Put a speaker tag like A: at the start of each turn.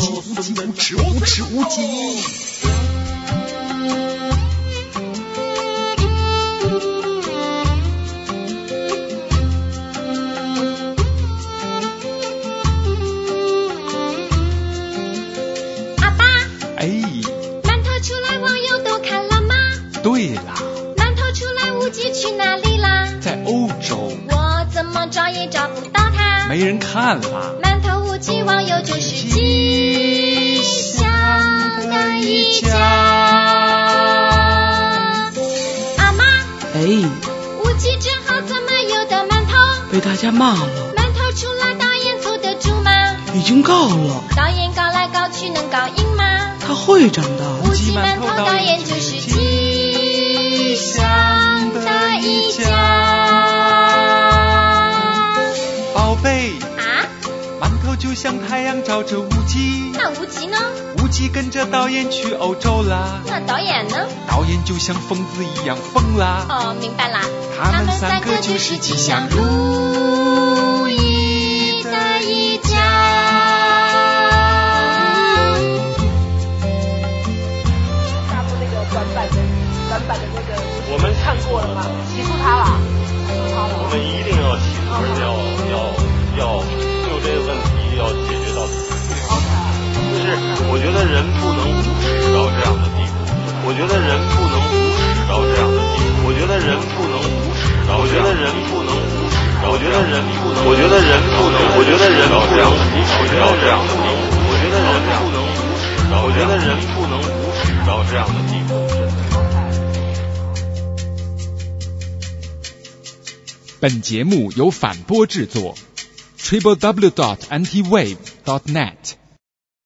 A: 无耻无极。
B: 阿爸，
A: 哎，
B: 馒头出来，网友都看了吗？
A: 对啦，
B: 馒头出来，无忌去哪里啦？
A: 在欧洲
B: 我怎么找也找不到他。
A: 没人看啦。
B: 馒头无忌，网友就是鸡，相安一家。阿妈，
C: 哎，
B: 无忌正好怎么有的馒头？
C: 被大家骂了，
B: 馒头出来，导演凑得住吗？
C: 已经告了，
B: 导演搞来搞去能搞赢吗？
C: 他会长大
B: 无。极馒头导演就是吉祥的一家啊！
A: 宝贝，馒头就像太阳照着无极，
B: 那无极呢？
A: 无极跟着导演去欧洲啦。
B: 那导演呢？
A: 导演就像疯子一样疯啦，
B: 哦，明白啦，
A: 他
B: 他
A: 们
B: 们
A: 三
B: 三
A: 个
B: 个
A: 就
B: 就是是
A: 吉
B: 吉
A: 祥
B: 祥如意的一家。
D: 下部那个短板的短板的那个，我们看过了吗？起诉他了，起诉他
E: 我
D: 了。
E: 们一定要起诉，而且要要要就这个问题要解决到底。就是我觉得人不能无耻到这样的地步，我觉得人不能无耻到这样的地步，我觉得人不能无耻到，我觉得人不能无耻到，我觉得人不能，我觉得人不能，我觉得人不能无耻到这样的地步，我觉得人不能无耻到，我觉得人不能无耻到这样的地步，真的。
A: 本节目由反播制作，triple w dot anti wave dot net。